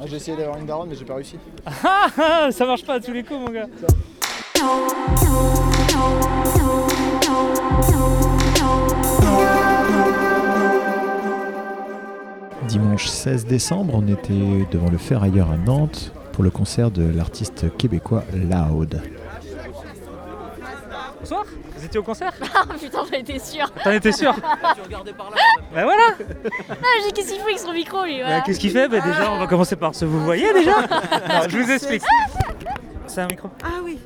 Ah, J'ai essayé d'avoir une daronne, mais j'ai pas réussi. Ah, ça marche pas à tous les coups, mon gars. Dimanche 16 décembre, on était devant le Ferrailleur à Nantes pour le concert de l'artiste québécois Loud. Bonsoir. Vous étiez au concert Ah, putain, j'en étais sûre. T'en étais sûr Bah voilà. Ah, j'ai qu'est-ce qu'il faut avec son micro, lui Bah, voilà. Qu'est-ce qu'il fait Bah déjà, on va commencer par ce vous voyez déjà. Non, je vous explique. C'est un micro. Ah oui.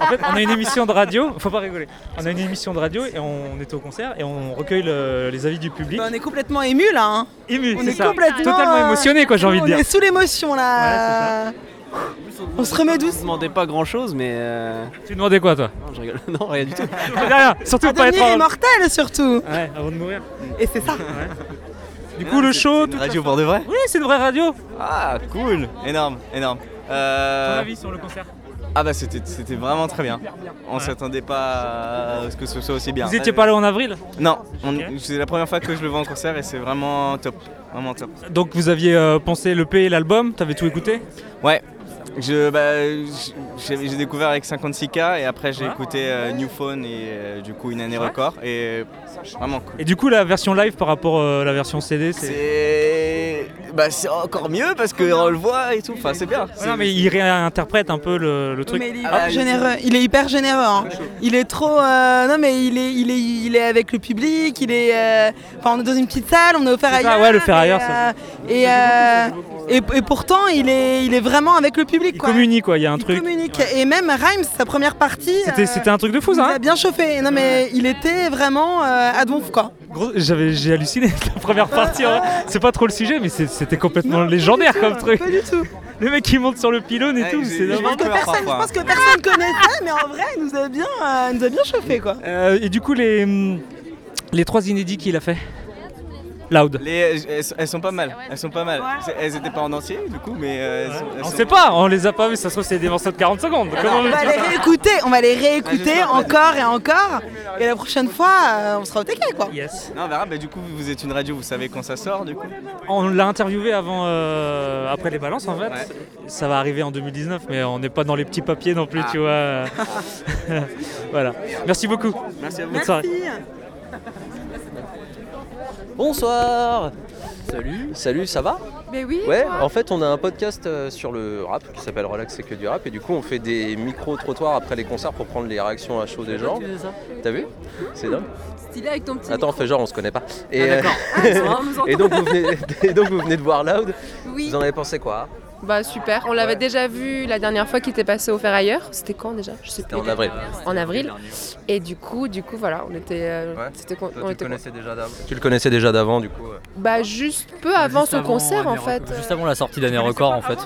En fait, on a une émission de radio. Faut pas rigoler. On a une émission de radio et on était au concert et on recueille le- les avis du public. Bah, on est complètement ému là. hein. Ému, on c'est est ça. complètement, Totalement euh, émotionné, quoi, j'ai envie de on dire. est sous l'émotion là. on se remet Je doucement. demandais pas grand chose, mais. euh, Tu demandais quoi, toi Non, je rigole. Non, rien du tout. Rien. Surtout pas être. Devenir en- immortel surtout. Ouais, avant de mourir. Et c'est ça. Du coup, le show. tout- radio pour de vrai Oui, c'est une vraie radio. Ah, cool Énorme, énorme. Euh, Ton avis sur le concert ah bah c'était c'était vraiment très bien. On s'attendait pas à ce que ce soit aussi bien. Vous étiez pas là en avril Non, on- c'est la première fois que je le vois en concert et c'est vraiment top, vraiment top. Donc vous aviez euh, pensé le P et l'album, t'avais tout écouté Ouais. Je, bah, j- j'ai j'ai découvert avec 56K et après j'ai Ouais. écouté euh, New Phone et euh, du coup une année Ouais. record et vraiment cool. Et du coup la version live par rapport euh, à la version CD c'est... C'est bah c'est encore mieux parce qu'on le voit et tout. Enfin c'est bien. Ouais, non, mais il réinterprète un peu le, le truc. Mais il est Ah hyper bah, généreux. Il est hyper généreux. hein. Il est trop. euh, non mais il est, il est, il est avec le public. Il est. euh, Enfin, on est dans une petite salle. On est au ferrailleur. ouais, le ferrailleur, Et, ça. euh, et, euh, et- et pourtant, il est, il est vraiment avec le public. Il quoi. communique quoi, il y a un Il truc. communique. Et même Rhymes, sa première partie. C'était, euh, c'était un truc de fou il ça nous a hein bien chauffé. Non mais il était vraiment euh, à donf quoi. Gros- j'avais, J'ai halluciné la première partie. en vrai. C'est pas trop le sujet mais c'est- c'était complètement légendaire comme truc. Pas du tout. Le mec qui monte sur le pylône et Ouais, tout, j'ai- c'est j'ai- Je pense dingue. que personne, je pense que personne connaît ça, mais en vrai, il nous a bien, euh, il nous a bien chauffé quoi. Euh, et du coup les, hum, les trois inédits qu'il a fait Loud. Les, elles, elles sont pas mal, elles sont pas mal. C'est- Elles étaient pas en entier du coup, mais euh, elles sont- elles On sont- sait pas, on les a pas vus, ça se trouve c'est des morceaux de 40 secondes. Comment On va veux-tu les réécouter, on va les réécouter j'espère. encore et encore. Et la prochaine fois, euh, on sera au taquet quoi. Yes. Non, on verra, mais du coup, vous êtes une radio, vous savez quand ça sort, du coup. On l'a interviewé avant, euh, après les balances en fait. Ouais. Ça va arriver en 2019, mais on n'est pas dans les petits papiers non plus, tu vois. voilà. Merci beaucoup. Merci à vous. Bonne soirée. Bonsoir Salut Salut, ça va Mais oui, Ouais, toi en fait, on a un podcast euh, sur le rap qui s'appelle Relax et que du rap, et du coup, on fait des micro-trottoirs après les concerts pour prendre les réactions à chaud des gens. T'as vu C'est dingue. stylé avec ton petit. Attends, on fait genre, on se connaît pas. Et, micro. Ah, on nous euh, et entend. donc, vous venez, et donc, vous venez de voir Loud. Oui. Vous en avez pensé quoi Bah super. On l'avait déjà vu la dernière fois qu'il était passé au Ferrailleur. C'était quand déjà Je sais C'était plus. en avril. En avril. Et du coup, du coup, voilà, on était. euh, Ouais. c'était con- Toi, on tu, le était con- connaissais déjà d'avant. tu le connaissais déjà d'avant, du coup. euh. Bah juste peu avant son concert en fait. Juste avant la sortie d'année record en fait.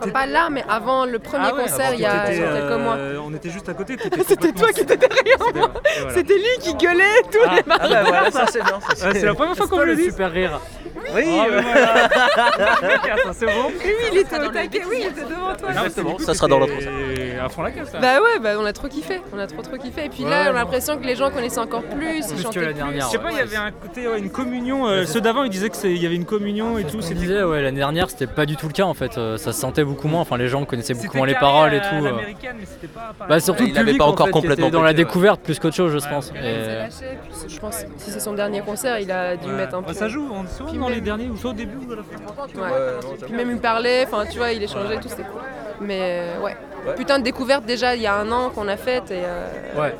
Enfin, pas là, mais avant le premier Ah concert il y a il y a quelques mois. euh, On était juste à côté. C'était toi qui étais derrière moi. C'était lui qui gueulait et tout. Ah bah voilà, ça c'est bien. ça, c'est la première fois qu'on me le dit. Super rire. Oui. c'est bon. Oui, il était au taquet. Eh Oui, il était devant toi. Exactement, ça sera dans l'autre. Et à fond la cave ça. Bah ouais, bah on a trop kiffé, on a trop trop kiffé. Et puis là, on a l'impression que les gens connaissaient encore plus, ils Plus que chantaient la plus. dernière. je sais pas, il y avait un côté, ouais, une communion. euh, ceux d'avant, ils disaient que c'est- il y avait une communion et tout. On C'était disait, ouais, l'année dernière, c'était pas du tout le cas en fait. Euh, ça se sentait beaucoup moins. Enfin, les gens connaissaient beaucoup c'était moins les carré paroles à et tout. euh. l'américaine, mais c'était pas pareil. Bah, surtout Il le l'avait public pas en encore fait, qui était complètement dans la pété, ouais. découverte plus qu'autre chose, je Ouais. pense. Et- lâché, puis je pense que si c'est son dernier concert, il a dû Ouais. euh, mettre un Ouais, peu. Ça joue, on est souvent Puis dans les même- derniers, ou soit au début ou à la fin. Ouais. Puis même il parlait, enfin tu vois, il échangeait, tout c'était cool. Mais euh, ouais. Putain de découverte déjà il y a un an qu'on a faite et euh, Ouais.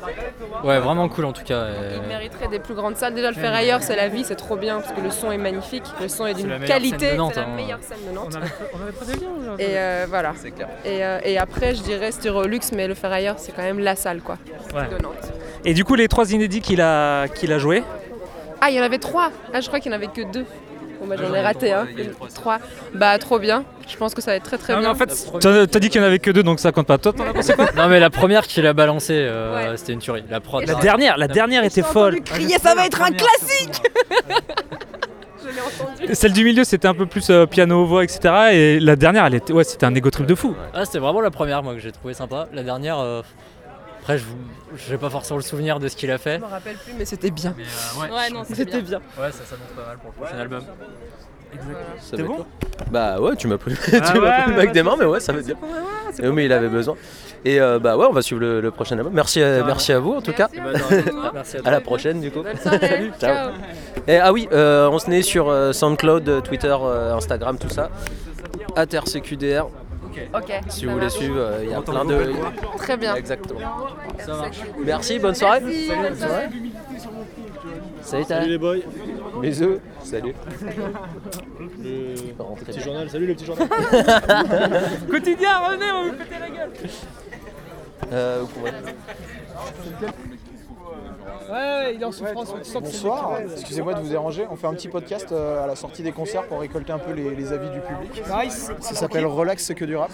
ouais, vraiment cool en tout cas. euh. et- il mériterait des plus grandes salles. Déjà le faire ailleurs c'est la vie, c'est trop bien parce que le son est magnifique, le son est C'est la d'une meilleure qualité, scène de Nantes, c'est la hein. meilleure scène de On Nantes. avait, on avait pas de lien là. Et euh, voilà. C'est clair. Et, euh, et après, je dirais Styrolux, mais le faire ailleurs, c'est quand même la salle quoi, Ouais. de Nantes. Et du coup, les trois inédits qu'il a, qu'il a joué, Ah, il y en avait trois Ah, je crois qu'il n'y en avait que deux. Bon, bah, j'en ai raté, trois, hein. il y en a trois, c'est Trois. Bah, trop bien. Je pense que ça va être très très Non, mais bien. en fait, t'as t'as dit qu'il n'y en avait que deux, donc ça compte pas. Toi, t'en as pensé quoi Non, mais la première qu'il a balancée, euh, Ouais. c'était une tuerie. La prod. La dernière, la dernière était folle. Crier, ça va être un classique. je l'ai entendu. Celle du milieu, c'était un peu plus euh, piano, voix, etc. Et la dernière, elle était, ouais, c'était un égo trip de fou. Ah, c'était vraiment la première, moi, que j'ai trouvé sympa. La dernière, euh, après, je vous- j'ai pas forcément le souvenir de ce qu'il a fait. Je me rappelle plus, mais c'était bien. Mais ouais, Ouais, non, c'était C'était bien. bien. ouais, ça s'annonce pas mal pour le prochain album. Ça T'es va être bon long. Bah ouais, tu m'as pris, tu m'as ouais, pris le mais mec bah, des c'est mains, mais pour ouais, ça, ça va être c'est bien. Et oui, mais il avait besoin. Et euh, bah ouais, on va suivre le, le prochain album. Merci, à- Carrément. merci à vous en tout cas. hein. Merci à À la prochaine du coup. Bonne soirée. Salut, ciao. Ciao. Et, ah oui, euh, on se naît sur euh, SoundCloud, euh, Twitter, euh, Instagram, tout ça. AterCQDR, Ok. si vous voulez suivre, euh, il y a plein de. Très bien. Exactement. Merci, bonne soirée. bonne soirée. Salut, Tara. les boys. Bisous. Salut. Le Rentrez petit bien. journal, salut le petit journal. Quotidien, revenez, on vous péter la gueule. Euh, vous pourrez- Ouais, il est en souffrance, on sent Bonsoir, excusez-moi de vous déranger. On fait un petit podcast euh, à la sortie des concerts pour récolter un peu les, les avis du public. Nice. Ça s'appelle Relax, c'est que du rap.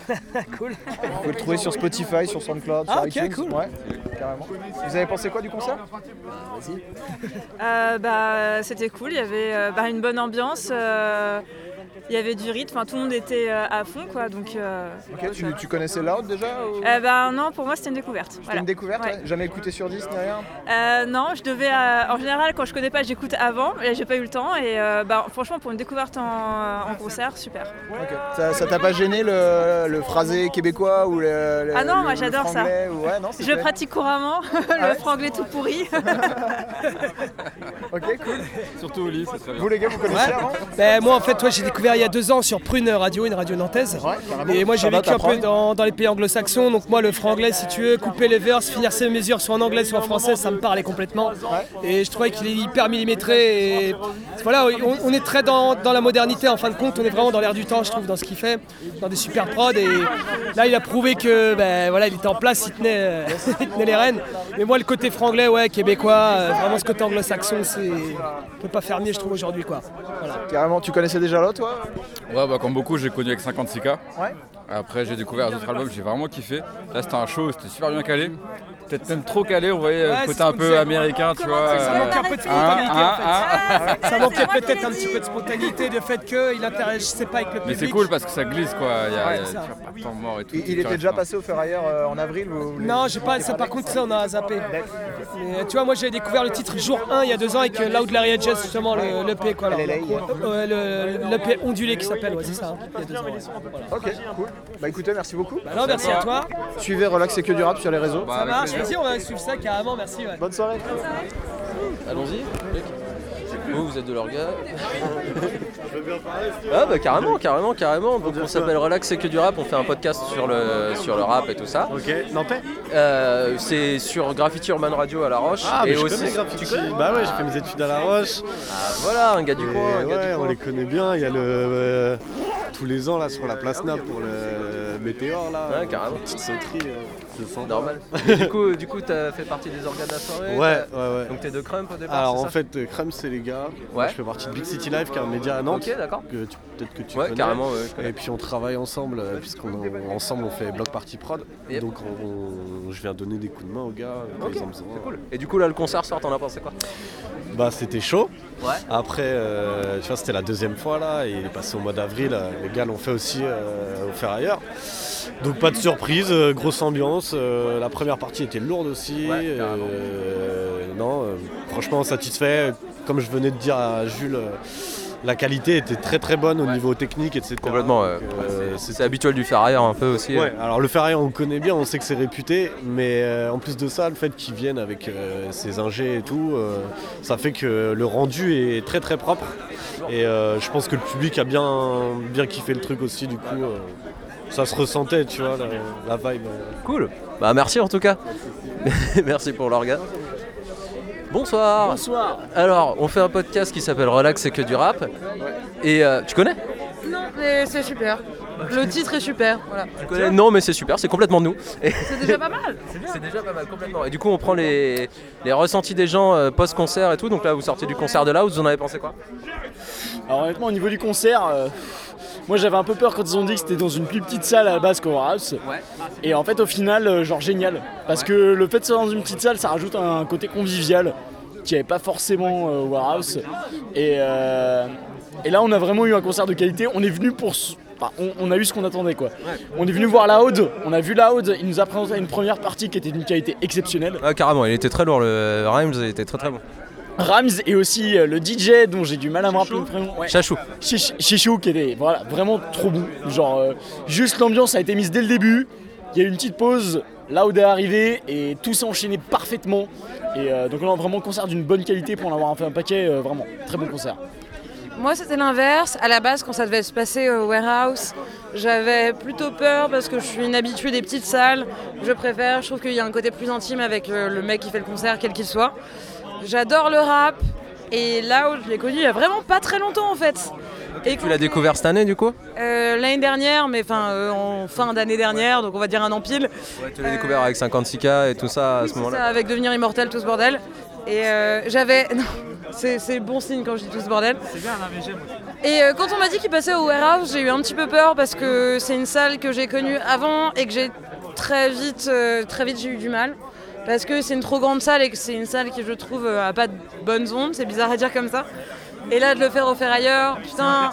Cool. Vous pouvez le trouver sur Spotify, sur SoundCloud, sur Ah, ok, iTunes. cool. Ouais, carrément. Vous avez pensé quoi du concert Euh, bah, c'était cool, il y avait euh, bah, une bonne ambiance, euh, il y avait du rythme, Enfin, tout le monde était euh, à fond quoi. Donc, euh, Ok, tu, tu connaissais Loud déjà ou- euh, bah, non, pour moi c'était une découverte. C'était voilà. une découverte Ouais. ouais Jamais écouté sur 10 ni rien Euh, non, je devais. euh, en général, quand je connais pas, j'écoute avant, mais là j'ai pas eu le temps et euh, bah, franchement, pour une découverte en, en concert, super. Ok. Ça ça t'a pas gêné le, le phrasé québécois ou le. le- Ah non, le- moi, le j'adore ça. franglais ou- Ouais, non, Je c'était- pratique couramment le Ah ouais franglais tout pourri. Ok, cool. Surtout au lit, c'est très bien. Vous les gars, vous connaissez avant Ben, moi en fait, toi j'ai découvert il y a deux ans sur Prune Radio, une radio nantaise. Ouais, carrément. Et moi j'ai Ça va, vécu un t'apprends peu dans, dans les pays anglo-saxons, donc moi le franglais si tu veux, couper les verses, finir ses mesures soit en anglais soit en français, ça me parlait complètement. Et je trouvais qu'il est hyper millimétré et voilà, on, on est très dans, dans la modernité en fin de compte, on est vraiment dans l'air du temps je trouve dans ce qu'il fait, dans des super prods et là il a prouvé que ben, voilà, il était en place, il tenait, euh, il tenait les rênes. Mais moi le côté franglais, ouais, québécois, euh, vraiment ce côté anglo-saxon, c'est... On peut pas faire mieux je trouve aujourd'hui quoi. Carrément, tu connaissais déjà l'autre, toi Ouais, bah comme beaucoup, j'ai connu avec 56K. Ouais. Après, j'ai découvert d'autres albums, j'ai vraiment kiffé. Là, c'était un show, c'était super bien calé. Peut-être même trop calé, on voyait le Ouais, c'est côté ce un qu'on peu disait. américain, tu vois. ça euh, manque un peu de hein, hein, hein. Ça manquait peut-être un petit peu de spontanéité, le fait qu'il interagissait pas avec le Mais public. c'est cool parce que ça glisse, quoi. Il y a, Ouais, il y a- c'est ça. tu vois, pas de temps mort et tout. Il, il était déjà passé au Ferrailleur euh, en avril vous- vous Non, l'avez- j'ai pas, ça par contre, ça on a zappé. Mais, tu vois, moi j'ai découvert le titre jour 1 il y a deux ans avec euh, Loud Larry Edges, justement, le, le P quoi. là. LLA, ouais. Euh, le, le P ondulé qui s'appelle, ouais, c'est ça. hein, il y a deux ans, ouais. Voilà. Ok, cool. Bah écoutez, merci beaucoup. Bah non, merci à toi. Ah, Suivez Relax et que du rap sur les réseaux. Ça marche, vas-y, on va suivre ça carrément, merci. ouais. Bonne soirée. Allons-y. Vous, vous êtes de leur gars. Ah bah carrément, carrément, carrément. Donc on s'appelle Relax c'est que du rap. On fait un podcast sur le sur le rap et tout ça. Ok, Nantais Euh, c'est sur Graffiti Urban Radio à La Roche. Ah, mais et je aussi, connais les graphiques. Bah ouais, j'ai fait mes études à La Roche. voilà, un gars du Et coin. un gars du ouais, on coin. les connaît bien. Il y a le. euh, tous les ans, là, sur la place Nap pour le météore, là. Ouais, carrément. Petite sauterie. euh, c'est sympa. Normal. Et du coup, du coup, t'as fait partie des organes de la soirée. Ouais, ouais, t'as- ouais. Donc t'es de crump au départ. Alors c'est en ça fait, euh, Crème, c'est les gars. Moi, Ouais. Je fais partie de Big City Live, qui est un média à Nantes. Ok, d'accord. que tu- Peut-être que tu Ouais, connais. carrément, ouais, je connais. Et puis on travaille ensemble, euh, puisqu'on en- ensemble on fait Block Party Prod. Yep. Donc on- on- je viens donner des coups de main aux gars. euh, quand Ok, ils en ont besoin. c'est cool. Et du coup là, le concert sort. T'en as pensé quoi Bah c'était chaud. Ouais. Après, euh, tu vois, c'était la deuxième fois là, et il est passé au mois d'avril. euh, Les gars l'ont fait aussi euh, au Ferrailleur. Donc pas de surprise, euh, grosse ambiance. euh, la première partie était lourde aussi. Ouais, carrément. euh, non, euh, franchement satisfait. Comme je venais de dire à Jules, euh, la qualité était très très bonne au niveau technique, etc. Complètement. Donc, euh, euh, c'est c'était- c'est habituel du ferrailleur un peu aussi. euh. Ouais, alors le ferraille on le connaît bien, on sait que c'est réputé, mais euh, en plus de ça, le fait qu'ils viennent avec euh, ses ingés et tout, euh, ça fait que le rendu est très très propre. Et euh, je pense que le public a bien, bien kiffé le truc aussi, du coup, euh, ça se ressentait, tu vois, la, la vibe. euh. Cool. Bah merci en tout cas. merci pour l'organe. Bonsoir. Bonsoir. Alors, on fait un podcast qui s'appelle Relax et que du rap. Et euh, tu connais Non, mais c'est super. Le titre est super. Voilà. Tu connais Non, mais c'est super, c'est complètement nous. Et C'est déjà pas mal. c'est déjà pas mal, complètement. Et du coup, on prend les, les ressentis des gens euh, post-concert et tout. Donc là, vous sortez du concert de là, vous en avez pensé quoi Alors honnêtement, au niveau du concert, euh, moi j'avais un peu peur quand ils ont dit que c'était dans une plus petite salle à la base qu'au House. Ouais. Et en fait, au final, euh, genre génial. Parce que le fait de se rendre dans une petite salle, ça rajoute un côté convivial qu'il n'y avait pas forcément euh, au Warhouse. Et, euh, et là, on a vraiment eu un concert de qualité. On est venu pour. s- enfin, on, on a eu ce qu'on attendait quoi. On est venu voir la Aude, on a vu la Aude, il nous a présenté une première partie qui était d'une qualité exceptionnelle. Ah, carrément, il était très lourd le Rhymes, il était très très bon. Rams et aussi euh, le DJ dont j'ai du mal à me rappeler le prénom. Ouais. Chachou. Chich- Chichou qui était voilà, vraiment trop bon. Genre, euh, juste l'ambiance a été mise dès le début. Il y a eu une petite pause là où est arrivé et tout s'est enchaîné parfaitement. Et euh, donc, là, vraiment, concert d'une bonne qualité pour en avoir fait un paquet. euh, vraiment, très bon concert. Moi, c'était l'inverse. À la base, quand ça devait se passer au warehouse, j'avais plutôt peur parce que je suis une habituée des petites salles. Je préfère. Je trouve qu'il y a un côté plus intime avec euh, le mec qui fait le concert, quel qu'il soit. J'adore le rap. Et là où je l'ai connu, il y a vraiment pas très longtemps en fait. Et Tu l'as découvert cette année du coup euh, l'année dernière, mais enfin euh, en fin d'année dernière, donc on va dire un an pile. Tu l'as découvert avec 56K et tout ça à ce C'est moment-là ça, avec devenir immortel, tout ce bordel. Et euh, j'avais. Non, c'est c'est bon signe quand je dis tout ce bordel. C'est bien, non, mais j'aime. Et euh, quand on m'a dit qu'il passait au warehouse, j'ai eu un petit peu peur parce que c'est une salle que j'ai connue avant et que j'ai très vite, euh, très vite j'ai eu du mal. Parce que c'est une trop grande salle et que c'est une salle qui, je trouve, euh, a pas de bonnes ondes. C'est bizarre à dire comme ça. Et là, de le faire au fer ailleurs, putain.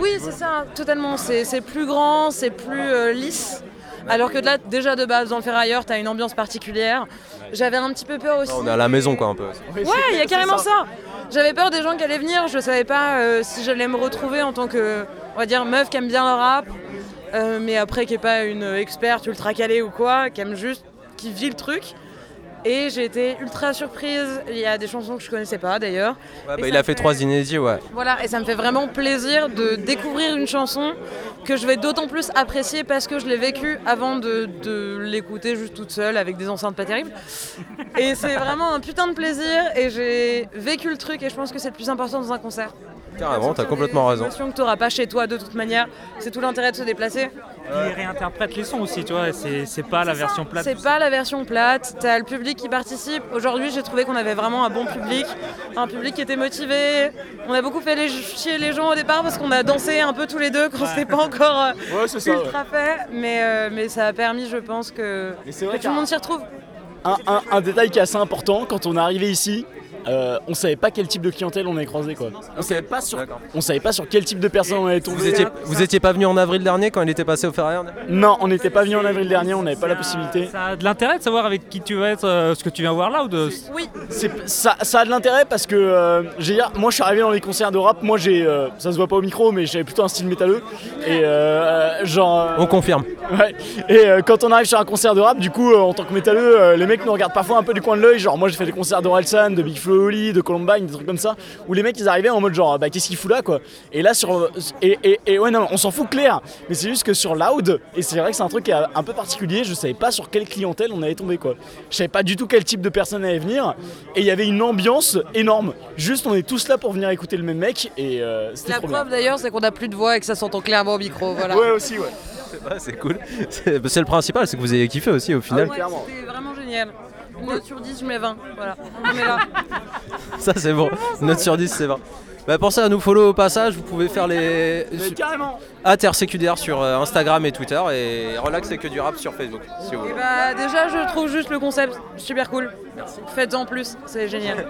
Oui, euh, c'est ça, totalement. C'est c'est plus grand, c'est plus euh, lisse. Alors que de là, déjà de base, dans le ferrailleur, t'as une ambiance particulière. J'avais un petit peu peur aussi. On est à la maison quoi un peu. Ouais, il y a carrément ça. J'avais peur des gens qui allaient venir. Je savais pas euh, si j'allais me retrouver en tant que, on va dire, meuf qui aime bien le rap, euh, mais après qui est pas une experte ultra calée ou quoi, qui aime juste, qui vit le truc. Et j'ai été ultra surprise. Il y a des chansons que je connaissais pas d'ailleurs. Ouais, Et bah, ça il a fait me trois inédits ouais. voilà, et ça me fait vraiment plaisir de découvrir une chanson que je vais d'autant plus apprécier parce que je l'ai vécue avant de, de l'écouter juste toute seule avec des enceintes pas terribles. Et c'est vraiment un putain de plaisir et j'ai vécu le truc et je pense que c'est le plus important dans un concert. Carrément, t'as complètement raison. L'émotion que t'auras pas chez toi de toute manière, c'est tout l'intérêt de se déplacer. Ils réinterprètent les sons aussi, tu vois. C'est c'est pas la version plate. C'est pas la version plate, t'as le public qui participe. Aujourd'hui, j'ai trouvé qu'on avait vraiment un bon public, un public qui était motivé. On a beaucoup fait les- chier les gens au départ parce qu'on a dansé un peu tous les deux quand Ouais. c'était pas encore euh, Ouais, c'est ça, ultra fait, mais, euh, mais ça a permis, je pense, que, que tout le monde s'y retrouve. Un, un- un détail qui est assez important, quand on est arrivé ici, euh, on savait pas quel type de clientèle on allait croiser quoi. On savait pas sur, on savait pas sur quel type de personne on allait tomber. Vous étiez, vous étiez pas venu en avril dernier quand il était passé au Ferrari Non, on n'était pas venu en avril dernier, on n'avait pas la possibilité. Ça a de l'intérêt de savoir avec qui tu vas être, euh, ce que tu viens voir là ou de. Oui. Ça, ça a de l'intérêt parce que euh, j'ai- moi je suis arrivé dans les concerts de rap, moi j'ai, euh, ça se voit pas au micro, mais j'avais plutôt un style métalleux. Et euh, genre. euh, On confirme. Ouais. Et euh, quand on arrive sur un concert de rap, du coup, euh, en tant que métalleux, euh, les mecs nous regardent parfois un peu du coin de l'œil. Genre, moi j'ai fait des concerts d'Orelsan, de Big Flo Oli, de Columbine, des trucs comme ça, où les mecs ils arrivaient en mode genre, bah qu'est-ce qu'il fout là quoi. Et là, sur. Et, et- et ouais, non, on s'en fout clair, mais c'est juste que sur Loud, et c'est vrai que c'est un truc qui est un peu particulier, je savais pas sur quelle clientèle on allait tomber quoi. Je savais pas du tout quel type de personne allait venir, et il y avait une ambiance énorme. Juste, on est tous là pour venir écouter le même mec, et euh, c'était La trop bien. preuve d'ailleurs, c'est qu'on a plus de voix et que ça s'entend clairement au micro. Voilà. Ouais, aussi, ouais. Ah, C'est cool. C'est c'est le principal, c'est que vous ayez kiffé aussi au final. C'était vraiment génial. Une note sur 10, je mets 20. Voilà, on est là. Ça c'est bon. Note sur 10 c'est 20. Bah, pensez à nous follow au passage, vous pouvez faire les. Carrément At RCQDR sur euh, Instagram et Twitter et relax et que du rap sur Facebook si vous Et voulez. bah, déjà, je trouve juste le concept super cool. Faites-en plus, c'est génial.